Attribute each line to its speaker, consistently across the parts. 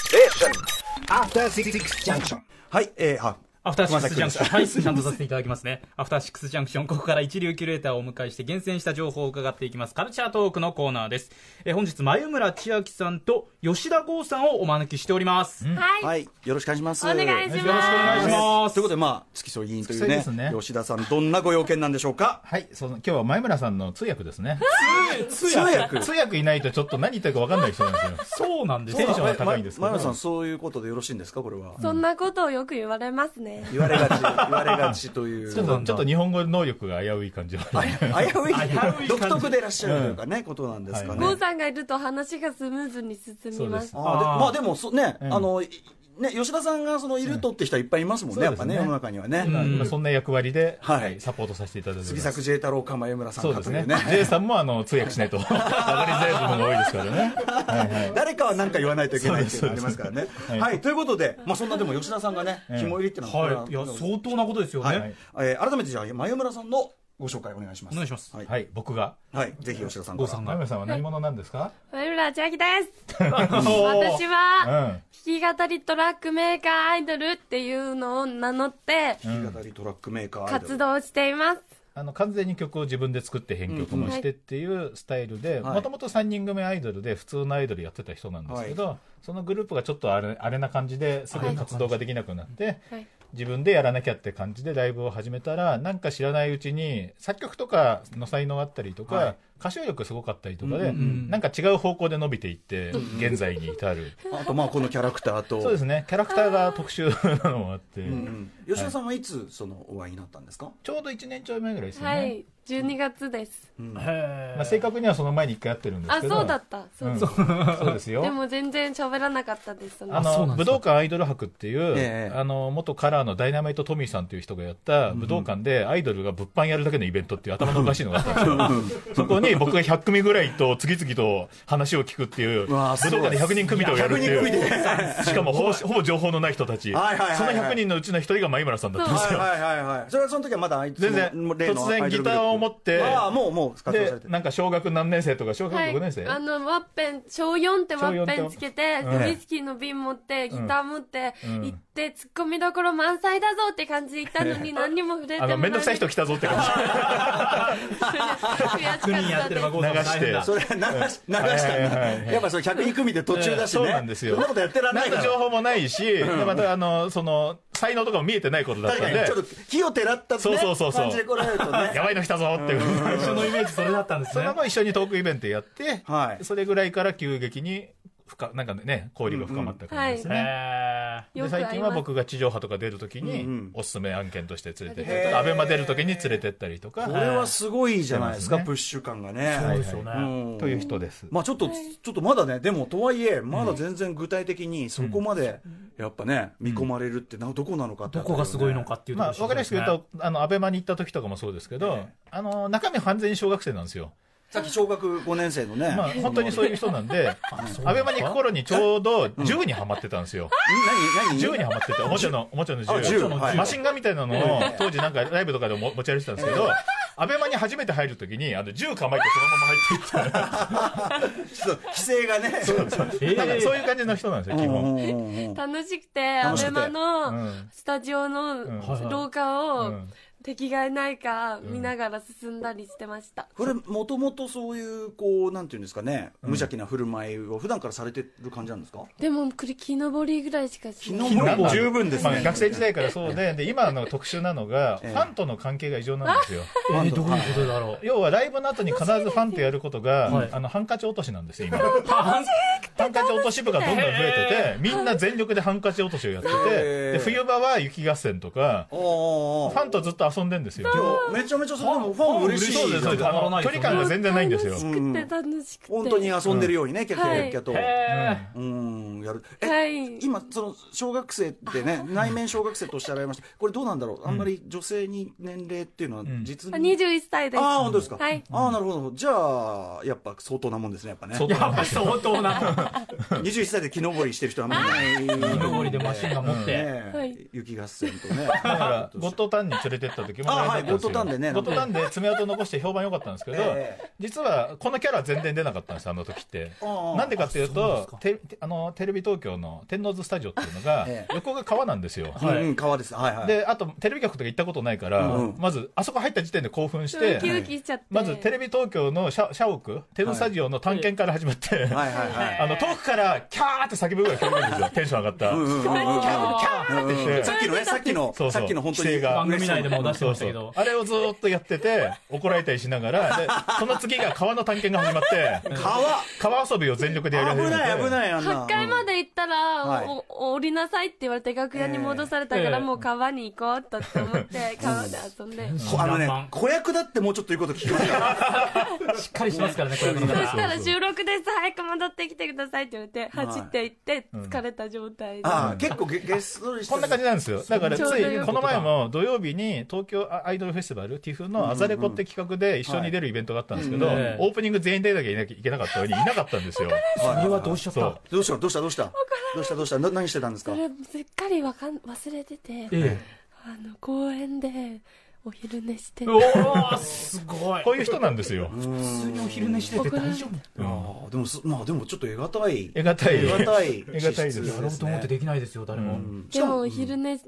Speaker 1: Station.
Speaker 2: After Six Junction.
Speaker 3: はい、えー、は、
Speaker 4: アフターシックスジャンクション。
Speaker 3: 熊
Speaker 4: はい、ちゃんとさせていただきますね。アフターシックスジャンクション、ここから一流キュレーターをお迎えして厳選した情報を伺っていきます。カルチャートークのコーナーです。えー本日、眉村千秋さんと吉田剛さんをお招きしております。よ
Speaker 5: は。
Speaker 3: はいい、よろしくお願いします。
Speaker 5: お願いし
Speaker 4: ろしくお願いします。
Speaker 3: ということで、まあ、付き添い議員という
Speaker 6: 付き添い
Speaker 3: ね
Speaker 6: ですね
Speaker 3: 吉田さん、どんなご用件なんでしょうか。
Speaker 6: はい、その今日は前村さんの通訳ですね。
Speaker 3: 通訳
Speaker 6: 通訳いないとちょっと何言ってるか分かんない人なんですよ。
Speaker 4: そうなんです
Speaker 6: テンション
Speaker 4: よ。
Speaker 6: が高いんですけど
Speaker 3: 前野さん、そういうことでよろしいんですか、これは。
Speaker 5: そんなことをよく言われますね。
Speaker 3: 言われがち、言われがちと いう。
Speaker 6: ちょっとちょっと日本語能力が危うい感じは。
Speaker 3: 危う
Speaker 4: 感
Speaker 3: い、
Speaker 4: じ
Speaker 3: 独特でいらっしゃるというかね、ことなんですかね。
Speaker 5: ゴーさんがいると話がスムーズに進みます。
Speaker 3: あーでまあでもそ、ね、
Speaker 6: うん
Speaker 3: あの、いね、吉田さんがそのいるとって人はいっぱいいますもんね、
Speaker 6: うん
Speaker 3: やっぱね、
Speaker 6: そ
Speaker 3: 世
Speaker 6: うですね
Speaker 3: の中にはね。
Speaker 6: まあそんな役割で、
Speaker 3: はい
Speaker 6: はいサポートさせていただいており
Speaker 3: 杉
Speaker 6: ます。
Speaker 3: 作 J 太郎か前村さ
Speaker 6: そ
Speaker 3: ん
Speaker 6: う
Speaker 3: か
Speaker 6: で
Speaker 3: と
Speaker 6: す
Speaker 3: い
Speaker 6: ね
Speaker 3: うね。。
Speaker 6: J さんもあの通訳しないと分かりづらい部分が多いですからね。はいはい。
Speaker 3: 誰かは何か言わないといけないっていうのがありますからね。
Speaker 6: す
Speaker 3: はい、ということで、まあそんなでも吉田さんがね、肝入りってのはこれは、
Speaker 4: はい。いや、相当なことですよね。
Speaker 3: はいえー改めてじゃあ、前村さんのご紹介お願いします。
Speaker 4: お願いします
Speaker 3: はい、
Speaker 6: はい、僕が。
Speaker 3: はいぜひ吉田さんか
Speaker 4: 郷
Speaker 3: ら。
Speaker 4: さん
Speaker 6: 前
Speaker 4: が。
Speaker 6: 村さんは何者なんですか
Speaker 5: 前村千秋です。
Speaker 4: 私
Speaker 5: 私
Speaker 6: う
Speaker 5: は、
Speaker 6: ん。
Speaker 5: 弾き語りトラックメーカーアイドルっていうのを名乗って、
Speaker 3: 弾き語りトラックメーカーアイド
Speaker 5: 活
Speaker 3: ル。
Speaker 5: 動しています。
Speaker 6: あの完全に曲を自分で作って編曲もしてっていうスタイルで
Speaker 3: はい
Speaker 6: もともと3人組アイドルで普通のアイドルやってた人なんですけど、そのグループがちょっとあれあれな感じですぐ活動ができなくなって、
Speaker 5: はい
Speaker 6: 自分でやらなきゃって感じでライブを始めたらなんか知らないうちに作曲とかの才能あったりとか、
Speaker 3: はい
Speaker 6: 歌唱力すごかったりとか
Speaker 3: うん
Speaker 6: で、
Speaker 3: うん
Speaker 4: うん
Speaker 6: なんか違う方向で伸びていって現在に至る、
Speaker 3: あと、まあこのキャラクターと。
Speaker 6: そうですねキャラクターが特殊なのもあって、
Speaker 3: うんうん吉田さんはいつそのお会いになったんですか、
Speaker 6: ちょうど1年ちょい前ぐらいですよね、
Speaker 5: はい。12月です。
Speaker 3: うん
Speaker 6: まあ、正確にはその前に1回やってるんです
Speaker 5: あ、
Speaker 6: けど
Speaker 5: そうだった。そううんそ
Speaker 6: そうです
Speaker 5: う。
Speaker 6: よ
Speaker 5: でも全然喋らなかったです。その
Speaker 6: あ
Speaker 4: あそう
Speaker 6: の
Speaker 4: なん
Speaker 6: 武
Speaker 4: です
Speaker 6: 道
Speaker 4: か
Speaker 6: 館アイドル博っていう、
Speaker 3: ええ
Speaker 6: あの元カラーのダイナマイトトミーさんという人がやった武道館でアイドルが物販やるだけのイベントっていう頭のおかしいのがあっ たんですよ、そこに僕が100組ぐらいと次々と話を聞くっていう、
Speaker 3: う
Speaker 6: 武
Speaker 3: わすごい
Speaker 6: 道館で100人組とをやるって
Speaker 3: 100人組
Speaker 6: いう、しかもほぼほぼ情報のない人たち、その
Speaker 3: はいはいはいはい
Speaker 6: 100人のうちの1人が前村さんだったんですよ、
Speaker 3: はいはいはいはいそれはその時はまだあいつ
Speaker 6: 全然、
Speaker 3: もう例の
Speaker 6: 突然ギターを持って、
Speaker 3: ああもうもう活動され
Speaker 6: で
Speaker 3: てる
Speaker 6: なんか小学何年生とか、小学
Speaker 5: はい、
Speaker 6: 5年生、
Speaker 5: あのワッペン小4ってワッペンつけて
Speaker 6: 小四って
Speaker 5: ウイスキーの瓶持ってギター持って
Speaker 6: うん
Speaker 5: 行ってツッコミどころ満載だぞって感じで行ったの に何にも触れて
Speaker 6: あ
Speaker 5: も
Speaker 6: の面倒くさい人
Speaker 5: 悔し
Speaker 6: 来たぞって感じ。
Speaker 5: かった
Speaker 4: 100人やってれば郷さんも大変だ
Speaker 6: 流し
Speaker 3: それ流し流したんだ、
Speaker 6: はいはい
Speaker 3: やっぱその100人組で途中だしね、
Speaker 6: そうなんですよ
Speaker 3: そんなことやってらんない
Speaker 6: 何
Speaker 3: か
Speaker 6: の
Speaker 3: ら
Speaker 6: 情報もないし、でまたあのその才能とかも見えてないことだっ
Speaker 3: 確
Speaker 6: た
Speaker 3: かに
Speaker 6: んで
Speaker 3: ちょっと木をてらったね
Speaker 6: そうそうそうそう
Speaker 3: 感じで来られるとね
Speaker 6: や ばいの来たぞっていう
Speaker 4: 最初のイメージそれだったんです
Speaker 6: そ
Speaker 4: ね
Speaker 6: の。後一緒にトークイベントやって、
Speaker 3: はい
Speaker 6: それぐらいから急激に深なんかね交流が深まった感じですね、
Speaker 4: へー
Speaker 5: うんうん
Speaker 6: で
Speaker 5: はい
Speaker 6: 最近は僕が地上波とか出るときに、
Speaker 3: うんうん
Speaker 6: おすすめ案件として連れてったり
Speaker 5: へー
Speaker 6: とか、アベマ出るときに連れてったりとか、
Speaker 3: これはすごいじゃないですか、
Speaker 6: はい
Speaker 3: プッシュ感がね
Speaker 4: そうですよね。
Speaker 3: ん
Speaker 6: という人です。
Speaker 3: まあちょっと、ちょっとまだね、でもとはいえ、まだ全然具体的にそこまで、やっぱね、見込まれるってな、どこなのかって、
Speaker 4: どこがすごいのか。っていうとこ
Speaker 6: まあ、
Speaker 4: ろ
Speaker 6: 分かりやすく言うと、あの、アベマに行った時とかもそうですけど、あの、中身完全に小学生なんですよ。
Speaker 3: さっき小学5年生のね、
Speaker 6: まあ、本当にそういう人なん で、アベマに行く頃にちょうど銃にはまってたんですよ。
Speaker 3: ん何、
Speaker 6: 銃
Speaker 3: 何
Speaker 6: にはまってて、おもちゃの、おもちゃの銃。
Speaker 3: あ銃はい
Speaker 6: マシンガンみたいなのを、当時なんかライブとかでも持ち歩いてたんですけど、アベマに初めて入るときに、あの、銃構えてそのまま入っていった。
Speaker 3: ちょっと規制がね、
Speaker 4: えー
Speaker 6: なんかそういう感じの人なんですよ、基
Speaker 3: う
Speaker 6: 本。
Speaker 3: んうんうんうん
Speaker 5: 楽しくてア
Speaker 3: 楽しく
Speaker 5: ベ
Speaker 3: て
Speaker 5: マ
Speaker 6: う
Speaker 5: の
Speaker 6: ん
Speaker 5: スタジオ
Speaker 6: うん
Speaker 5: の廊
Speaker 6: う
Speaker 5: 下を
Speaker 6: ん
Speaker 5: 敵がいないか見ながら進んだりしてました
Speaker 3: これ、もともとそういう、こう、なんていうんですかね、無邪気な振る舞いを普段からされてる感じなんですか
Speaker 5: でもこれ木登りぐらいしかしない
Speaker 3: 木登り
Speaker 6: なんか
Speaker 3: 十分ですね
Speaker 6: まあ学生時代からそうで、で、今の特殊なのが、ファンとの関係が異常なんですよ。
Speaker 4: えーどういうことだろう。
Speaker 6: 要はライブの後に必ずファンとやることが、
Speaker 4: はい
Speaker 6: あのハンカチ落としなんですよ今 ハンカチ落とし部がどんどん増えててみんな全力でハンカチ落としをやって
Speaker 3: へー
Speaker 6: てで冬場は雪合戦とか
Speaker 3: あ
Speaker 6: フ
Speaker 3: あ
Speaker 6: ァンとずっと遊んでんですよ
Speaker 3: めちゃめちゃそれでもファンも嬉し
Speaker 6: そう
Speaker 3: い
Speaker 6: です
Speaker 3: じゃ
Speaker 6: そ
Speaker 3: ん
Speaker 6: うですあの距離感が全然ないんですよ
Speaker 5: 楽しくて楽しくて
Speaker 3: 本当に遊んでるようにね、キャッキャキャッキャと。
Speaker 4: へ
Speaker 3: うん、やる。え、
Speaker 5: はい
Speaker 3: 今、その、小学生ってね、内面小学生とおっしゃられました。これどうなんだろうあんまり女性に年齢っていうのは実
Speaker 5: あ
Speaker 3: に。
Speaker 5: 21歳です
Speaker 3: ああ、本当ですか。
Speaker 5: はい
Speaker 3: ああ、なるほど。じゃあ、やっぱ相当なもんですね、やっぱね。
Speaker 6: 相
Speaker 4: ー
Speaker 6: 当
Speaker 4: や
Speaker 6: な
Speaker 4: っぱ相当な。
Speaker 3: 21歳で木登りしてる人はあんまりいない。木
Speaker 4: 木登りでマシンガン持って。
Speaker 5: は
Speaker 3: ね
Speaker 5: い
Speaker 3: 雪合戦とね。
Speaker 6: だからゴッドタンに連れてった時の時もライブや
Speaker 3: あはいゴッ
Speaker 6: ったんですよ
Speaker 3: ドタンでね
Speaker 6: ゴッドタンで爪痕残して評判良かったんですけど、
Speaker 3: え
Speaker 6: 実はこのキャラ全然出なかったんですあの時って
Speaker 3: ああ
Speaker 6: なんでかっていう
Speaker 4: あそう
Speaker 6: とててあのテレビ東京の天王洲スタジオっていうのが、
Speaker 3: ええ
Speaker 6: 横が川なんですよ、
Speaker 4: はい
Speaker 3: うんうん、川です。はいはい。
Speaker 6: であとテレビ局とか行ったことないから、
Speaker 3: うんうん
Speaker 6: まずあそこ入った時点で興奮し
Speaker 5: そう
Speaker 6: て
Speaker 5: ウキウキしちゃって。
Speaker 6: まずテレビ東京の社社屋テレビスタジオの探検から始まって、
Speaker 3: はいはいはい。
Speaker 6: あの遠くからキャーって叫ぶぐらい聞こえるん ですよテンション上がった。
Speaker 3: うんうんうんうん
Speaker 6: ってきて
Speaker 3: さっきのね、さっきの、
Speaker 6: そうそう
Speaker 3: さっきの本当に
Speaker 6: 規制が
Speaker 4: 番組内でも出して
Speaker 6: そう
Speaker 4: ました
Speaker 6: そ
Speaker 4: けど
Speaker 6: う。あれをずーっとやってて、怒られたりしながら、で、その次が川の探検が始まって、
Speaker 3: 川
Speaker 6: 川遊びを全力でやり始
Speaker 3: 危
Speaker 6: めて。
Speaker 3: ない危ないあんな。
Speaker 5: 8階まで行っ
Speaker 3: は
Speaker 5: たら、
Speaker 3: い
Speaker 5: おお降りなさいって言われて楽屋に戻されたか
Speaker 4: ええ
Speaker 5: ら、もう川に行こうっとって思って、川で遊んで。
Speaker 3: こあの
Speaker 4: 看
Speaker 3: ね
Speaker 4: 板、
Speaker 3: 子役だってもうちょっと言うこと聞きました から。
Speaker 4: しっかりしますからね、これの
Speaker 5: そ
Speaker 4: 方
Speaker 5: したら収録です、早く戻ってきてくださいって言われて、走って行って、疲れた状態で。
Speaker 3: ああ、結構ゲゲストして
Speaker 6: こんな感じなんですよ。だから、つ
Speaker 5: ちょうどいい
Speaker 6: い、この前も土曜日に東京アイドルフェスティバル、ティフのアザレコって企画で一緒に出るイベントがあったんですけど、
Speaker 4: は
Speaker 6: オ
Speaker 4: い
Speaker 6: ープニング全員出なきゃいなきゃいけなかったのに、いなかったんですよ。
Speaker 3: はい
Speaker 4: れはどうしちゃっ
Speaker 6: そう
Speaker 4: た
Speaker 3: どうしたのどうしたどうしたどうしたどうしたな何してたんですか
Speaker 5: それ、すっかりわかん、忘れてて、
Speaker 4: え
Speaker 5: あの、公園で、お昼寝して
Speaker 4: え。、おー、すごい
Speaker 6: こ。ういう人なんですよ。
Speaker 4: 普通にお昼寝してて大丈夫
Speaker 3: ああ、でもす、まあでもちょっと得難い。
Speaker 6: 得難い
Speaker 3: 得難い。
Speaker 6: 得難いです
Speaker 3: 資質
Speaker 6: や
Speaker 4: やろうと思って
Speaker 3: で
Speaker 4: できないですよ、誰も。
Speaker 5: でもお昼寝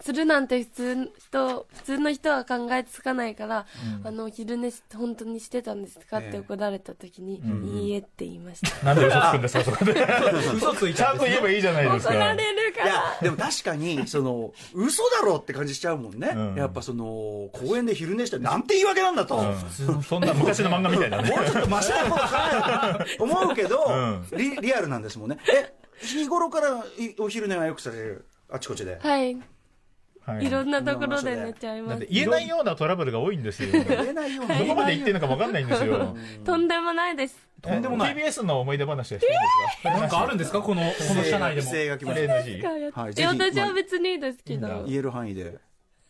Speaker 5: するなんて普通人、普通の人は考えつかないから、あの、お昼寝し本当にしてたんですかって怒られた時に、いいえって言いました。
Speaker 6: なんで嘘つくんですか、そこで。
Speaker 4: 嘘つい
Speaker 6: ち
Speaker 4: ちゃ
Speaker 6: ゃ
Speaker 4: うん
Speaker 6: ん
Speaker 4: で
Speaker 6: と
Speaker 4: す
Speaker 6: 言えばいいじゃないです
Speaker 5: 怒
Speaker 6: か。
Speaker 5: られるか
Speaker 3: いや
Speaker 5: ら、、
Speaker 3: でも確かに、その、嘘だろって感じしちゃうもんね。
Speaker 6: うん
Speaker 3: やっぱその、公園で昼寝して、なんて言い訳なんだと。
Speaker 6: うんそんな昔の漫画みたいなね。
Speaker 3: もうちょっとマシなこと考えろ思うけど、
Speaker 6: う
Speaker 3: リリアルなんですもんねえ日頃からいお昼寝はよくされるあちこちで
Speaker 5: はい、
Speaker 6: はい
Speaker 5: いろんなところで寝ちゃい
Speaker 6: な
Speaker 5: ま。
Speaker 6: んです言えないようなトラブルが多いんですよ。
Speaker 3: 寝れないよう
Speaker 6: どこまで
Speaker 3: に
Speaker 6: 言ってるのか分かんないんですよ。
Speaker 5: とんでもないです。
Speaker 6: とんでもない。TBS の思い出話はしていいですか
Speaker 4: なんかあるんですかこの、この社内でも
Speaker 3: 規。制が来ま
Speaker 6: こ
Speaker 3: し
Speaker 6: れ
Speaker 3: た
Speaker 6: NG
Speaker 5: かやっ
Speaker 3: はい
Speaker 5: い
Speaker 3: ぜひ
Speaker 5: や、私は別にいいですけど。
Speaker 6: まあいいん
Speaker 3: 言える範囲で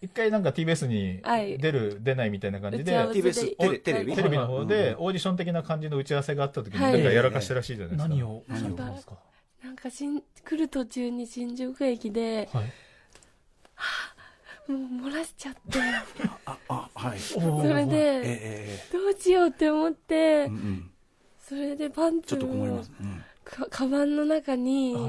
Speaker 6: 一回なんか TBS に
Speaker 5: はい
Speaker 6: 出る、出ないみたいな感じで
Speaker 5: 打ち合、わせ
Speaker 3: TBS テレテレビ
Speaker 6: テレビの方でオーディション的な感じの打ち合わせがあった時に、
Speaker 5: は
Speaker 6: ないんかやらかしたらしいじゃないですか。
Speaker 4: 何を
Speaker 3: 何を
Speaker 4: されたんですか
Speaker 5: なんかしん、来る途中に新宿駅で、
Speaker 4: はい。
Speaker 5: もう漏らしち ゃって、
Speaker 3: あはい
Speaker 5: それ
Speaker 3: ええ
Speaker 5: で、
Speaker 3: え
Speaker 5: どうしようって思っ
Speaker 3: え
Speaker 5: て
Speaker 3: うん、うん
Speaker 5: それでパン
Speaker 3: ちょ
Speaker 5: ツ
Speaker 3: っと困りま
Speaker 5: を
Speaker 3: す、うん
Speaker 5: か、カバンの中に
Speaker 4: は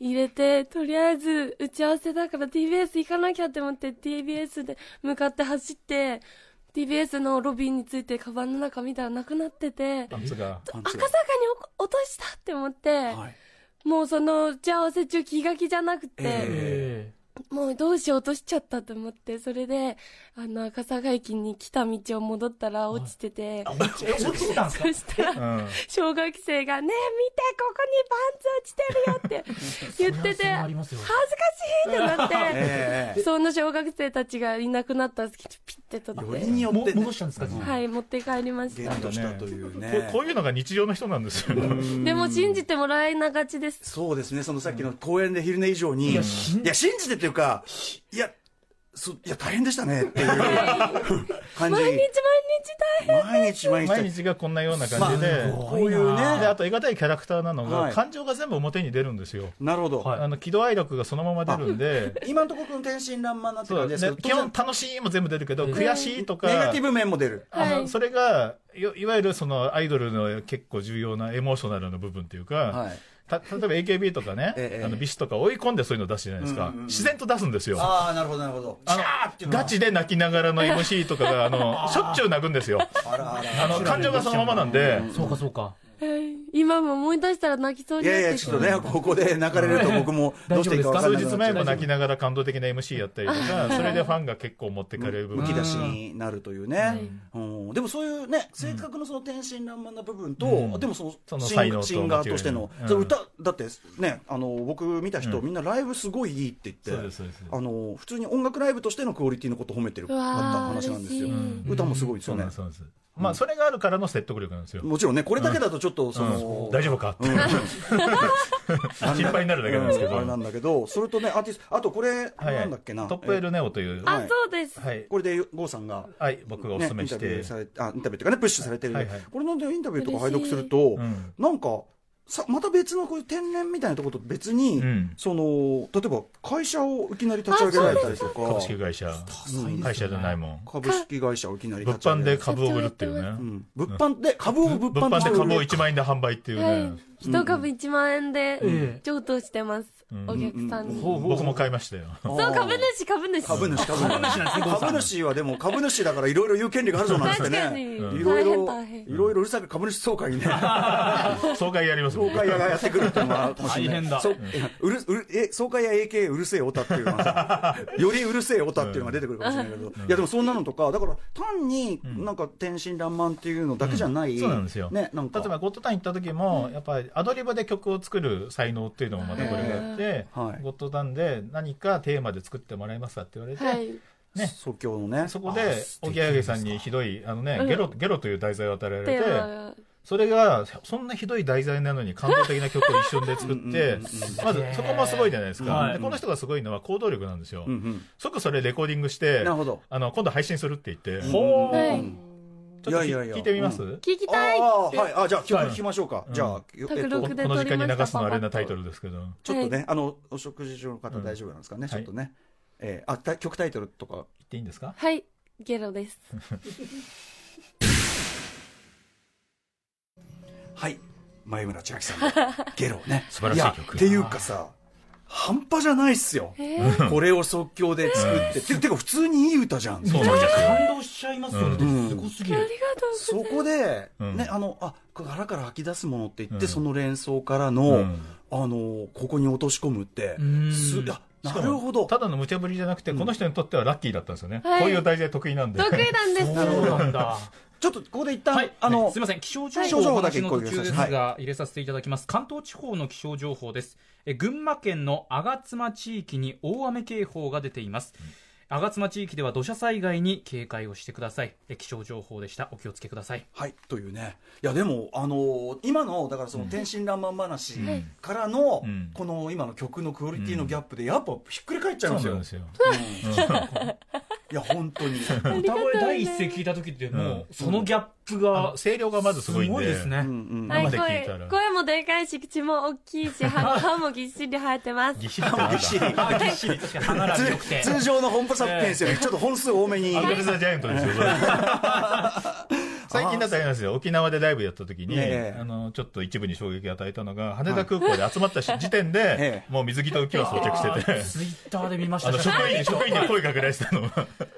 Speaker 4: い
Speaker 5: 入れて、とりあえず打ち合わせだから TBS 行かなきゃって思って TBS で向かって走って、TBS のロビーについてカバンの中見たらなくなってて、
Speaker 6: パンツが。
Speaker 3: パン
Speaker 5: 赤
Speaker 3: ツ
Speaker 5: 坂にお落としたって思って、
Speaker 3: はい
Speaker 5: もうその打ち合わせ中気が気じゃなくて、
Speaker 3: え
Speaker 4: え
Speaker 5: もうどうしようとしちゃったと思って、それで、あの、赤坂駅に来た道を戻ったら落ちてて、
Speaker 4: え。落ちえ落ちてたんですか
Speaker 5: そしたら、
Speaker 6: うん。
Speaker 5: 小学生が、ねえ、見て、ここにパンツ落ちて るよって言って
Speaker 4: そ
Speaker 5: て、
Speaker 4: れはそうな
Speaker 5: 恥
Speaker 4: ります
Speaker 5: ず
Speaker 4: よ
Speaker 5: かしいってなっ
Speaker 3: え
Speaker 5: て、
Speaker 3: ええ
Speaker 5: その小学生たちがいなくなったんですけど、ピッて取
Speaker 3: えよ
Speaker 5: っ
Speaker 3: りによって
Speaker 4: も
Speaker 3: ね
Speaker 4: 戻したんですか自
Speaker 5: て、
Speaker 4: 分
Speaker 5: はい、持って帰りまし
Speaker 3: ゲ
Speaker 5: た
Speaker 3: ッ。トしたという
Speaker 6: こ
Speaker 3: ね
Speaker 6: こういうのが日常の人なんですよ。
Speaker 5: でも信じてもらえながちです。
Speaker 3: そうですねそのさっきの公園で昼寝以上にい
Speaker 4: い
Speaker 3: や
Speaker 4: や信じ
Speaker 3: 信じてっていうかいやそいや大変でしたねっていう感じ
Speaker 5: 毎日毎日大変
Speaker 3: 毎日毎日
Speaker 6: 毎日がこんなような感じで。
Speaker 3: こういうね
Speaker 6: で、あと、得難いキャラクターなの
Speaker 3: は
Speaker 6: が、
Speaker 3: い
Speaker 6: 感情が全部表に出るんですよ。
Speaker 3: なるほど、
Speaker 4: はい
Speaker 6: あの、喜怒哀楽がそのまま出るんで、
Speaker 3: 今のところこの天真爛漫なって
Speaker 6: そ
Speaker 3: 感
Speaker 6: う
Speaker 3: じ
Speaker 6: で
Speaker 3: ですす
Speaker 6: ね
Speaker 3: けど
Speaker 6: 基本楽しいも全部出るけど、
Speaker 4: うん
Speaker 6: 悔しいと
Speaker 3: 当然ネガ
Speaker 6: か
Speaker 3: ティ、ブ面も出る
Speaker 6: あ
Speaker 5: は
Speaker 6: の
Speaker 5: い
Speaker 6: それがよいわゆるそのアイドルの結構重要なエモーショナルの部分っていうか、
Speaker 3: はい
Speaker 6: た例えば AKB とかね、
Speaker 3: ええ
Speaker 6: あのビシとか追い込んでそういうの出すじゃないですか、
Speaker 3: うんうんうん
Speaker 6: 自然と出すんですよ。
Speaker 3: ああなるほどなるほど
Speaker 6: あの
Speaker 3: っていうのは
Speaker 6: ガチで泣きながらの MC とかが、あの、しょっちゅう泣くんですよ。
Speaker 3: あらあら
Speaker 6: あの、感情がそのままなんで、
Speaker 4: そうかそうか。
Speaker 5: はい今も思い出したら泣きそう
Speaker 3: い
Speaker 5: にな
Speaker 3: や
Speaker 5: っ
Speaker 3: いや
Speaker 5: て
Speaker 3: ち
Speaker 5: し
Speaker 3: ょ
Speaker 5: ま
Speaker 3: っと
Speaker 5: う。
Speaker 3: ねここで泣かれると僕もどうしていいか分かん
Speaker 6: 数
Speaker 3: なく
Speaker 6: 日
Speaker 3: な
Speaker 6: 前
Speaker 3: っちゃ
Speaker 6: も
Speaker 3: う
Speaker 6: 泣きながら感動的な MC やったりとか、それでファンが結構持ってかれる部
Speaker 3: むき
Speaker 6: 分。
Speaker 3: 出しになるというね、うん、でもそういうね性格のその天真爛漫な部分と、
Speaker 6: うん
Speaker 3: でもその
Speaker 6: その
Speaker 3: シ
Speaker 6: 才能
Speaker 3: ン
Speaker 6: と
Speaker 3: シンガーとしての、
Speaker 6: うん
Speaker 3: その歌だってねあの僕見た人、みんなライブすごいいいって言って
Speaker 6: そうですそうです
Speaker 3: あの普通に音楽ライブとしてのクオリティのこと褒めてる
Speaker 5: う
Speaker 3: あっ
Speaker 5: わー
Speaker 3: た話なんですよ、
Speaker 5: 嬉しい
Speaker 3: 歌もすごいです
Speaker 6: そ
Speaker 3: よ
Speaker 6: うな
Speaker 3: ね
Speaker 6: んです、そうなんです。まあ、それがあるからの説得力なんですよ。
Speaker 3: もちろんねこれだけだとちょっとその、
Speaker 6: う ん大丈夫かって。心配になるだけなんですけど。
Speaker 3: うんあれなんだけどそれとねアーティストあとこれ、なんだっけな
Speaker 6: トップエルネオという、
Speaker 5: あ
Speaker 3: は、い
Speaker 5: そうです。
Speaker 6: はい、
Speaker 3: これで郷さんが、
Speaker 6: はい、僕がお
Speaker 3: ね
Speaker 6: すすめし
Speaker 3: インタビュ
Speaker 6: て
Speaker 3: ー、されあインタビューというかねプッシュされてるんで、
Speaker 6: はいはい
Speaker 3: これのインタビューとか拝読すると、
Speaker 6: うん
Speaker 3: なんかさまた別のこういう天然みたいなところと別に、
Speaker 6: うん
Speaker 3: その例えば会社をいきなり立ち上げられたりとか
Speaker 6: 株式会社会社じゃないもん
Speaker 3: 株式会社をいきなり
Speaker 6: 物
Speaker 3: 立ち上
Speaker 6: 販
Speaker 3: げられ
Speaker 6: で
Speaker 3: たり
Speaker 6: 株を売るっていうね
Speaker 3: うん物販で株を物
Speaker 6: 物
Speaker 3: 販と
Speaker 6: 販
Speaker 3: して売
Speaker 6: で
Speaker 3: る
Speaker 6: 株を1万円で販売っていう
Speaker 5: は
Speaker 6: ね
Speaker 5: い、一株1万円
Speaker 4: ええ
Speaker 5: で譲渡してます、
Speaker 6: うん
Speaker 5: お客さんに、
Speaker 4: ほう
Speaker 6: 僕も買いま したよ
Speaker 5: そう株主株主
Speaker 3: 株主株主株主はでも株主だからいろいろ言う権利があるそうなんですよ
Speaker 5: 確かに、
Speaker 3: ねいろ
Speaker 5: 大
Speaker 3: い
Speaker 5: 変
Speaker 3: ろ
Speaker 5: 大変
Speaker 3: いろいろうるさく株主総会にね
Speaker 6: 総会やりますも
Speaker 3: 総
Speaker 6: ん
Speaker 3: 会屋がやってくるっていうの は
Speaker 4: 大変だ
Speaker 3: そううるうるえ総会屋 AK うるせえオタっていうの はさよりうるせえオタっていうのが出てくるかもしれないけど、いやでもそんなのとかだから単になんか天真爛漫っていうのだけじゃない、
Speaker 6: そうなんですよ、
Speaker 3: ねなんか
Speaker 6: 例えばゴッドタン行った時も、やっぱりアドリブで曲を作る才能っていうのもまたこれがあって、
Speaker 3: はい
Speaker 6: ゴッドタンで何かテーマで作ってもらえますかって言われて、
Speaker 5: はい
Speaker 6: ね
Speaker 3: 即興のね
Speaker 6: そこでおぎやはぎさんにひどいあの、ね、ゲロゲロという題材を与えられ
Speaker 5: テ
Speaker 6: て、
Speaker 5: ーマが
Speaker 6: それがそんなひどい題材なのに感動的な曲を一瞬で作ってまずそこもすごいじゃないですか、
Speaker 4: はい
Speaker 6: でこの人がすごいのは行動力なんですよ、
Speaker 3: うんうん
Speaker 6: 即それレコーディングして
Speaker 3: なるほど
Speaker 6: あの今度配信するって言って、ちょ
Speaker 4: ほう、
Speaker 5: はい
Speaker 6: っと
Speaker 3: いやいやいや
Speaker 6: 聞いてみます、
Speaker 5: 聞きたい
Speaker 3: ああはいあじゃあ曲
Speaker 6: はい
Speaker 3: 聞きましょうか、じゃあ、えっと
Speaker 5: 卓
Speaker 6: こ
Speaker 5: 録で
Speaker 6: この時間に流すのはあれな
Speaker 5: パパ
Speaker 6: タ
Speaker 5: ッ
Speaker 6: イ
Speaker 5: と
Speaker 6: トルですけど、
Speaker 3: ちょっとね、あのお食事中の方大丈夫なんですかね、ちょっとね、えーあた曲タイトルとか
Speaker 6: 言っていいんです か
Speaker 5: はいゲロです
Speaker 3: はい前村千秋さんのゲロね
Speaker 6: 素晴らしい曲
Speaker 3: やっていうかさ半端じゃないっすよ
Speaker 5: えー、
Speaker 3: これを即興で作って、ててか普通にいい歌じゃん
Speaker 6: そうなんですよ
Speaker 4: 感動しちゃいますよね、
Speaker 3: うん
Speaker 4: すごすぎる、
Speaker 3: そこで、
Speaker 6: うん
Speaker 3: ねあのあ腹から吐き出すものって言って、
Speaker 6: うん
Speaker 3: その連想からの、
Speaker 6: うん
Speaker 3: あのここに落とし込むって、
Speaker 4: うん
Speaker 3: すあ
Speaker 6: し
Speaker 3: な
Speaker 6: かも
Speaker 3: るほど
Speaker 6: ただの無茶ぶりじゃなくて、この人にとってはラッキーだったんですよね、
Speaker 5: はい
Speaker 6: こういう題材得意なんで
Speaker 5: 得意なんです
Speaker 4: そうなんだ
Speaker 3: ちょっとここで一旦、
Speaker 4: はい、
Speaker 3: あの、
Speaker 4: すみません、気象情
Speaker 3: はい
Speaker 4: 報の話の
Speaker 3: 気象情報だ
Speaker 4: 途
Speaker 3: け
Speaker 4: 中です
Speaker 3: はい
Speaker 4: が、入れさせていただきます。関東地方の気象情報です。え群馬県の吾妻地域に大雨警報が出ています。吾妻地域では土砂災害に警戒をしてください。え気象情報でした。お気をつけください。
Speaker 3: はい、というね、いや、でも、あのー今の、だからその天真爛漫話
Speaker 6: ん
Speaker 3: からの、
Speaker 6: うん
Speaker 3: この今の曲のクオリティのギャップで、やっぱひっくり返っちゃいます
Speaker 6: そう
Speaker 3: よ。
Speaker 6: なんですよ、
Speaker 3: いや、本当に。
Speaker 4: 歌声第一声聞いた時って、もう、そのギャップ
Speaker 6: あ
Speaker 4: が
Speaker 6: の、声量がまずすごいんで、
Speaker 4: です
Speaker 3: うん
Speaker 4: ね。
Speaker 3: うん
Speaker 5: は
Speaker 6: 生
Speaker 5: い、
Speaker 6: で聞いたら
Speaker 5: 声声もでかいし、口も大きいし、 歯歯もぎっしり生えてます。
Speaker 6: ぎっしりとなん
Speaker 3: ぎ
Speaker 6: だ
Speaker 3: っしり
Speaker 4: あ、ぎっしり、確かに歯並び良く て。
Speaker 3: 通常の本舗作品ですより、ちょっと本数多めに。
Speaker 6: アンドレザ・ジャイアントですよ、それ 最近だとあれなんですよ、沖縄でライブやった時に、
Speaker 3: ええ
Speaker 6: あの、ちょっと一部に衝撃を与えたのが、羽田空港で集まったし時点で
Speaker 3: え、
Speaker 6: もう水着と浮き輪装着して て、
Speaker 4: ツイッターで見まし
Speaker 6: あ
Speaker 4: た
Speaker 6: の、職員に、職員に声かけられてたの。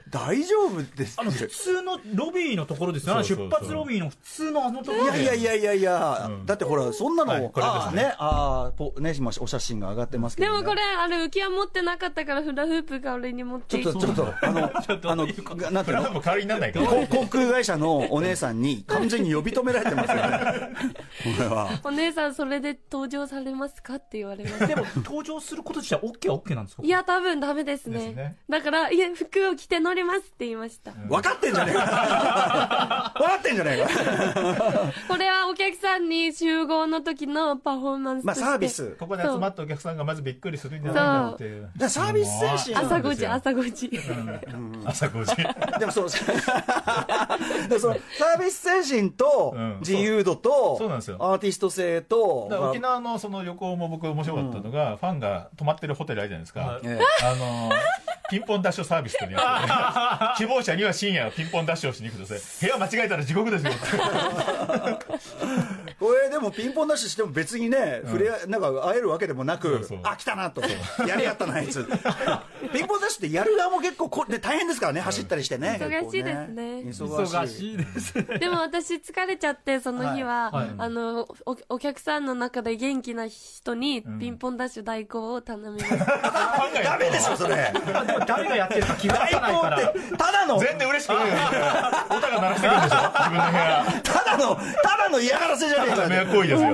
Speaker 3: 大丈夫です
Speaker 4: あの普通のロビーのところですね、あの
Speaker 6: そうそうそう
Speaker 4: 出発ロビーの普通のあのところ
Speaker 3: いやいやいやいやいや、
Speaker 6: うん
Speaker 3: だってほら、そんなの、
Speaker 6: はいこれで
Speaker 3: あ
Speaker 6: すね
Speaker 3: ーね、あーぽね、今、お写真が上がってますけ
Speaker 5: で
Speaker 3: ど、ね。
Speaker 5: もこれ、あれ、浮き輪持ってなかったから、フラフープが俺に持って
Speaker 3: ちょっと、ちょっと、あの、あの、がなんていうの
Speaker 6: 多分代わりにならないから。
Speaker 3: こ航空会社のお姉さんに完全に呼び止められてますよね。これは。
Speaker 5: お姉さん、それで登場されますかって言われま した。
Speaker 4: でも、登場すること自体、OK は OK なんですか
Speaker 5: いや、多分ダメですね。
Speaker 6: ですね
Speaker 5: だから、いや、服を着て乗りますって言いました。
Speaker 3: 分かってんじゃねえか。分かってんじゃねえか。
Speaker 5: これはお客さんに集合の時のパフォーマンス
Speaker 3: ま
Speaker 5: と
Speaker 3: あ
Speaker 5: して。
Speaker 3: サービ ス。
Speaker 6: ここで集まったお客さんがまずびっくりするんじゃないかなっていう。
Speaker 3: だサービス精神
Speaker 5: 朝
Speaker 3: なん
Speaker 5: 5
Speaker 3: です
Speaker 5: 時、
Speaker 3: よ。
Speaker 5: 朝5時。
Speaker 6: 朝5時。
Speaker 3: でもそう、 でもそのサービス精神と
Speaker 6: うん
Speaker 3: 自由度と、
Speaker 6: そうなんですよ
Speaker 3: アーティスト性と、
Speaker 6: だから沖縄のその旅行も僕面白かったのが、ファンが泊まってるホテルあるじゃないですか。
Speaker 4: はい
Speaker 3: え
Speaker 6: あのーピンポンダッシュサービスというのやつで希望者には深夜ピンポンダッシュをしに行くと部屋間違えたら地獄ですよ
Speaker 3: えこれでもピンポンダッシュしても別にね、触れ合い、なんか会えるわけでもな
Speaker 6: うん
Speaker 3: く
Speaker 6: そう、
Speaker 3: あ、来たなと、やりやったな、あい つ。ピンポンダッシュってやる側も結構こ、で大変ですからね、走ったりしてね。
Speaker 5: 忙しいですね
Speaker 3: 結構
Speaker 4: 忙しいですね。
Speaker 5: でも私疲れちゃって、その日は、
Speaker 4: はいはい
Speaker 5: あのお、お客さんの中で元気な人に
Speaker 6: ん
Speaker 5: ピンポンダッシュ代行を頼みました。
Speaker 3: ダメでしょ、それ。
Speaker 4: あでも誰がやってるか気がつかないから。
Speaker 3: 大根ってただの
Speaker 6: 全然嬉しくないよねおたが鳴らしてくるんでしょ自分の部屋
Speaker 3: ただのただの嫌がらせじゃねえか
Speaker 6: 迷惑行為ですよ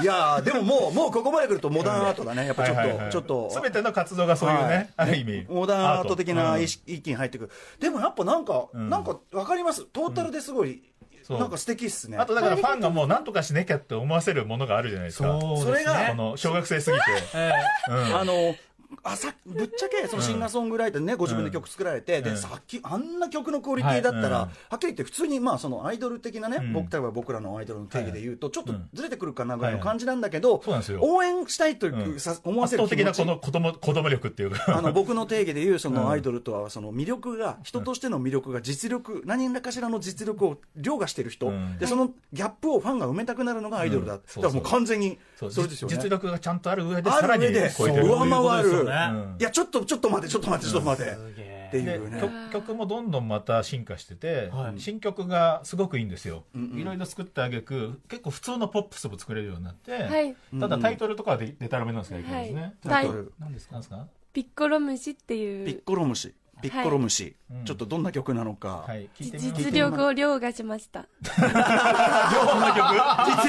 Speaker 3: いやーでももうもうここまで来るとモダンアートだねやっぱちょっと、
Speaker 6: はいはいはい
Speaker 3: ちょっと
Speaker 6: 全ての活動がそういうね、
Speaker 3: はい
Speaker 6: ある意味
Speaker 3: モダンアート的な意
Speaker 6: 識、
Speaker 3: 識,、に入ってくるでもやっぱなんか、
Speaker 6: ん
Speaker 3: なんかわかりますトータルですごい、
Speaker 6: そう
Speaker 3: なんか素敵っすね
Speaker 6: うんあとだからファンがもう何とかしなきゃって思わせるものがあるじゃないですか
Speaker 4: そう
Speaker 3: それ
Speaker 6: こ
Speaker 3: が
Speaker 6: の小学生すぎて
Speaker 4: ええ
Speaker 3: あのあさぶっちゃけそのシンガーソングライターでねご自分で曲作られて、
Speaker 6: うん
Speaker 3: でさっきあんな曲のクオリティだったら、
Speaker 6: はいうん
Speaker 3: はっきり言って普通にまあそのアイドル的なね、
Speaker 6: うん
Speaker 3: 僕例えば僕らのアイドルの定義で言うと、ちょっとずれてくるかなぐらいの
Speaker 6: はい
Speaker 3: 感じなんだけど、
Speaker 6: そうなんですよ
Speaker 3: 応援したいというう、
Speaker 6: ん
Speaker 3: さ思わせ
Speaker 6: 圧
Speaker 3: る
Speaker 6: 倒
Speaker 3: 気
Speaker 6: 的
Speaker 3: 持
Speaker 6: な
Speaker 3: ち
Speaker 6: この子供子供力っていう か
Speaker 3: あの僕の定義でいうそ
Speaker 6: うん
Speaker 3: のアイドルとはその魅力が人としての魅力が実力何らかしらの実力を凌駕してる人、
Speaker 6: うん
Speaker 3: でそのギャップをファンが埋めたくなるのがアイドルだ、
Speaker 6: うん
Speaker 3: だからもう完全に
Speaker 6: そう
Speaker 3: それですよね
Speaker 6: 実力がちゃんとある上で
Speaker 3: あ
Speaker 6: さ
Speaker 3: る
Speaker 6: らに
Speaker 3: 上で
Speaker 6: 超えてる
Speaker 4: そう
Speaker 3: 上回る
Speaker 4: そういうことですよね
Speaker 6: うん
Speaker 3: いやちょっとちょっと待ってちょっと待ってちょっと待って、
Speaker 4: すげえ
Speaker 3: ってい
Speaker 6: で
Speaker 3: うね
Speaker 6: 曲曲もどんどんまた進化してて、
Speaker 4: はい
Speaker 6: 新曲がすごくいいんですよ、
Speaker 3: うんうん
Speaker 6: いろいろ作ってあげく結構普通のポップスも作れるようになって、
Speaker 5: はい
Speaker 6: ただタイトルとかはででたらめなんですがいいですね、
Speaker 5: は
Speaker 3: タイ
Speaker 5: い
Speaker 3: トル
Speaker 4: 何ですか
Speaker 6: なんですか
Speaker 5: ピッコロ虫ってい
Speaker 3: ピ
Speaker 5: う
Speaker 3: ッコロ虫ピッコロ虫、
Speaker 6: うん
Speaker 3: ちょっとどんな曲なのか、
Speaker 6: はい聞いてみます
Speaker 5: 実力を凌駕しました
Speaker 6: どんな 曲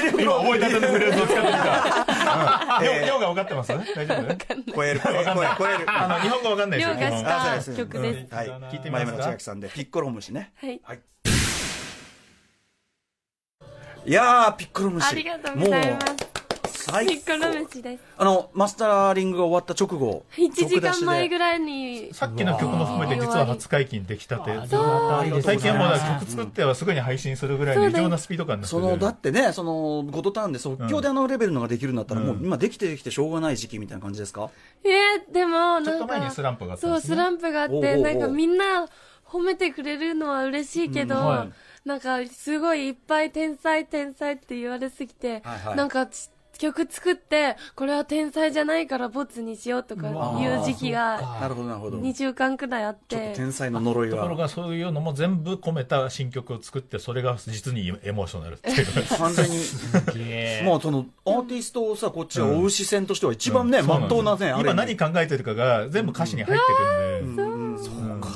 Speaker 6: 実力今覚えたてのフレーズを使ってみた
Speaker 3: えー
Speaker 6: 量量が分かってます大丈夫
Speaker 3: 超える超える超える超える
Speaker 6: あの日本語分かんない
Speaker 5: 凌
Speaker 6: ですよ基
Speaker 5: 駕
Speaker 6: 本
Speaker 3: あそ
Speaker 5: し
Speaker 3: う
Speaker 5: た
Speaker 3: です
Speaker 5: 曲です
Speaker 3: はい
Speaker 6: 聞いてみま
Speaker 3: 前
Speaker 6: す
Speaker 3: 村千
Speaker 6: か
Speaker 3: 秋さんでピッコロ虫ね
Speaker 5: はい
Speaker 3: はいいやーピッコロ虫
Speaker 5: ありがとうございま
Speaker 3: も
Speaker 5: す
Speaker 3: う最
Speaker 5: ピッコロ
Speaker 3: 高
Speaker 5: 虫です
Speaker 3: あのマスターリングが終わった直後
Speaker 5: 1時間前ぐ
Speaker 3: らい
Speaker 5: らいに
Speaker 6: さっきの曲も含めて実は初解禁できたて
Speaker 4: ありがとうござ
Speaker 6: 最
Speaker 4: います
Speaker 6: 近はもうだから曲作ってはすぐに配信するぐらいの異常なスピード感になって
Speaker 3: そ
Speaker 6: る
Speaker 3: のだってねそのゴトターンで即興であのレベルのができるんだったら、もう今できてきてしょうがない時期みたいな感じですか、
Speaker 5: えー、でもなん
Speaker 6: ち
Speaker 5: か
Speaker 6: ょっと前にスランプがあったん
Speaker 5: そ
Speaker 6: で
Speaker 5: う
Speaker 6: す
Speaker 5: ス
Speaker 6: ね
Speaker 5: ランプがあっ
Speaker 3: おうおうお
Speaker 5: て
Speaker 3: う
Speaker 5: なんかみんな褒めてくれるのは嬉しいけど、
Speaker 4: うんは
Speaker 5: なんかすごいいっぱい天才天才って言われすぎて、
Speaker 3: はいはい
Speaker 5: なんかち曲作ってこれは天才じゃないからボツにしようとかいう時期が
Speaker 3: なるほどなるほど
Speaker 5: 2週間くらいあっ
Speaker 3: ちょっと
Speaker 5: て
Speaker 3: 天才の呪い
Speaker 6: ところ
Speaker 3: が
Speaker 6: がそういうのも全部込めた新曲を作ってそれが実にエモーショナルっていう
Speaker 3: 完全 に
Speaker 4: すげえ
Speaker 3: もうそのアーティストをさこっちは追う視線としては一番ね、真っ当なね、あれ
Speaker 6: 今何考えてるかが全部歌詞に入ってくるんで
Speaker 3: そうか、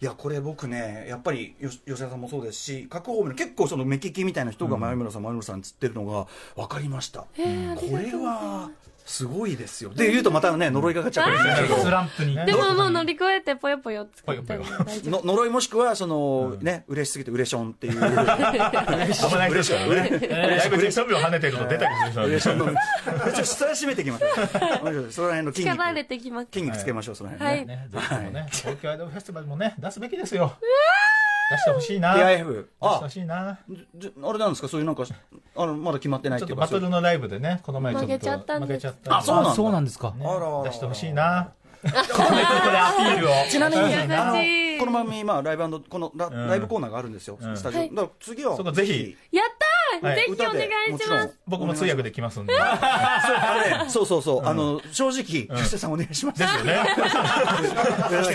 Speaker 3: いやこれ僕ねやっぱりよし吉田さんもそうですし各方面の結構その目利きみたいな人が前村さん、前村さんつってるのが分かりました、
Speaker 5: えーあ
Speaker 3: こ
Speaker 5: りがと
Speaker 3: れ
Speaker 5: うございま
Speaker 3: はすごいですよで言うとまたね呪いがかかっちゃうかもしれないけど
Speaker 4: スランプに
Speaker 5: すでももう乗り越えてぽよぽよ作ったんで
Speaker 6: ぽよ
Speaker 5: 大丈
Speaker 3: の呪いもしくはその、ね嬉しすぎて嬉しょんって いう嬉
Speaker 6: 危ないですからねだいぶ10秒跳ねてると出たりする
Speaker 3: 嬉
Speaker 6: でし
Speaker 3: し
Speaker 6: ょ
Speaker 3: ょんのちょっとそれは締めていきますその辺の筋
Speaker 5: 夫力
Speaker 3: 肉
Speaker 5: 出てきます
Speaker 3: 筋肉つけましょうその辺
Speaker 5: は
Speaker 3: ね、
Speaker 5: い
Speaker 6: ねぜひともね東京アイドルフェスティバルもね出すべきですよ出してほしいな出して
Speaker 3: PIF あ
Speaker 6: ほしいな
Speaker 3: じゃあれなんですかそういうなんかあのまだ決まってない
Speaker 6: ち
Speaker 3: っ
Speaker 6: ょって
Speaker 3: い
Speaker 6: と
Speaker 3: うか
Speaker 6: バトルのライブでねこの前ちょっと
Speaker 5: 負けちゃったん
Speaker 6: 負
Speaker 5: です
Speaker 6: けちゃったんで
Speaker 3: あそうなんだ
Speaker 4: あそうなんですか
Speaker 6: ね
Speaker 3: あらあら
Speaker 6: 出してほしいな
Speaker 4: アピールを
Speaker 3: ちなみに、
Speaker 5: 優しい
Speaker 3: あのこの番組、まあ、ライブこのラ,、
Speaker 6: ん
Speaker 3: ライブコーナーがあるんですよ、
Speaker 6: ん
Speaker 3: スタジオ、
Speaker 5: はい
Speaker 3: だから次は
Speaker 6: そこぜひ
Speaker 5: やったー、
Speaker 6: はい
Speaker 5: ぜひお願いします
Speaker 6: 僕も通訳できますんで
Speaker 3: そうあれそうそうそう、あの正直、吉田さん、お願いします、
Speaker 6: です よね。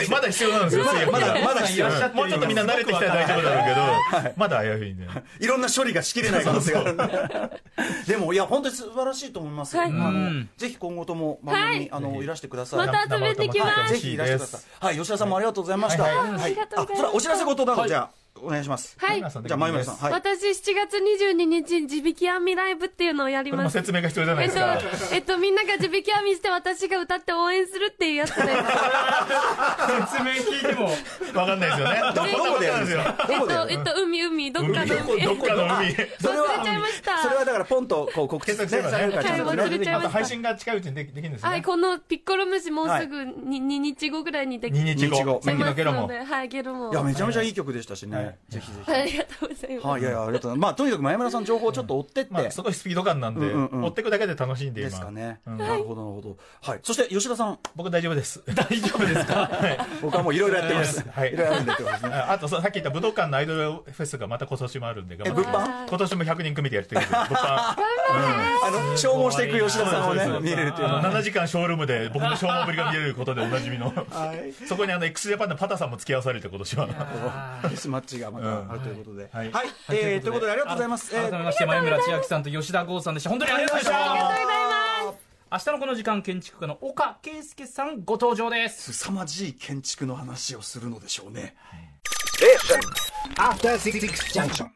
Speaker 6: まだ必要なんですよ。
Speaker 3: まだまだ必要
Speaker 6: もうちょっとみんな慣れてきたら大丈夫だろうけど、まだ危ういんで。
Speaker 3: いろんな処理がしきれない可能性 がある、でも、いや、本当に素晴らしいと思います、
Speaker 5: はい
Speaker 3: あの
Speaker 4: うん
Speaker 3: ぜひ今後とも番組、
Speaker 5: はい
Speaker 3: あのいらしてください。
Speaker 5: また遊びてきます
Speaker 3: ぜひいらしてください。はい、吉田さんもありがとうございました。
Speaker 6: はい
Speaker 5: はいありがとうございました
Speaker 3: それはお知らせ事だと、じゃあ、お願いします。
Speaker 5: はい
Speaker 3: じゃあ、前村さん、
Speaker 6: い。
Speaker 3: はい。
Speaker 5: 私7月22日に地引き網ライブっていうのをやり
Speaker 6: これ
Speaker 5: ま
Speaker 6: も
Speaker 5: す。
Speaker 6: 説明が必要じゃない
Speaker 5: えっ
Speaker 6: です
Speaker 5: と
Speaker 6: か。、
Speaker 5: えっと、みんなが地引き網して私が歌って応援するっていうや つです。
Speaker 4: 説明聞いても
Speaker 6: わかんないですよね。ど
Speaker 3: どこでやるん
Speaker 6: ん
Speaker 3: で
Speaker 6: ですすよ。
Speaker 3: かど
Speaker 5: えっ
Speaker 3: こでや
Speaker 5: と、え
Speaker 3: る
Speaker 5: っと、海、海、どっか
Speaker 6: 海
Speaker 5: の 海。
Speaker 6: どっかの海。
Speaker 3: それ
Speaker 5: 忘れちゃいました
Speaker 3: それはだからポンとこう告知
Speaker 6: 検索すればね
Speaker 3: されるからちゃんとね
Speaker 5: はい忘れちゃいま
Speaker 6: あ
Speaker 5: し
Speaker 6: と配信が近いうちにできできるんですよ
Speaker 5: はい、
Speaker 6: ね。
Speaker 5: このピッコロ虫もうすぐに2日後ぐらいにでき
Speaker 6: 二日
Speaker 3: 二日
Speaker 6: 後
Speaker 3: 後。
Speaker 6: さっき
Speaker 5: ま
Speaker 6: の
Speaker 5: す
Speaker 6: ゲロ
Speaker 5: の
Speaker 6: も。
Speaker 5: で、はい、ゲロも。
Speaker 3: いや
Speaker 5: はい
Speaker 3: めちゃめちゃいい曲でしたしね、ぜひぜひ。
Speaker 5: ありがとうございま
Speaker 3: はい、い
Speaker 5: す。
Speaker 3: やいや、ありがとうございます。まあ、とにかく前村さん情報をちょっと追ってって。
Speaker 6: まあすごいスピード感なん
Speaker 3: う
Speaker 6: で、
Speaker 3: んうんうん
Speaker 6: 追っていくだけで楽しんで今。
Speaker 3: ですかね、
Speaker 6: うん
Speaker 3: なるほど、なるほど。はい。そして、吉田さん、
Speaker 6: 僕大丈 夫です。大丈夫ですか。はい。
Speaker 3: 僕はもういろいろやって ます。
Speaker 6: はい
Speaker 3: いろいろあるんでってことですね。
Speaker 6: ああとささっき言った武道館のアイドルフェスがまた今年もあるんで、
Speaker 3: え、
Speaker 6: 頑
Speaker 3: 物
Speaker 6: 張って
Speaker 3: 販
Speaker 6: 今年も100人組でやってるんで、物販。
Speaker 3: あの、消耗していく吉田さんをね
Speaker 6: そうですそう、で
Speaker 3: 見
Speaker 6: す
Speaker 3: れるというの
Speaker 6: あ
Speaker 3: は
Speaker 6: の7時間ショールームで僕の消耗ぶりが見れることでおなじ みの
Speaker 3: はい。
Speaker 6: そこにあの x ジャパンのパタさんも付き合わされて今年は
Speaker 3: ミスマッチがまたあるということで。
Speaker 6: は
Speaker 3: はいい。えーということで、ありがとうございます。え
Speaker 4: 改
Speaker 3: ー
Speaker 4: めまして前村千秋さんと吉田剛さんでした本当にありがとうございま
Speaker 3: ありがとうございま
Speaker 4: し
Speaker 3: した
Speaker 4: 明日のこの時間建築家の岡圭介さんご登場です
Speaker 3: 凄まじい建築の話をするのでしょうね。
Speaker 2: After Six Junction.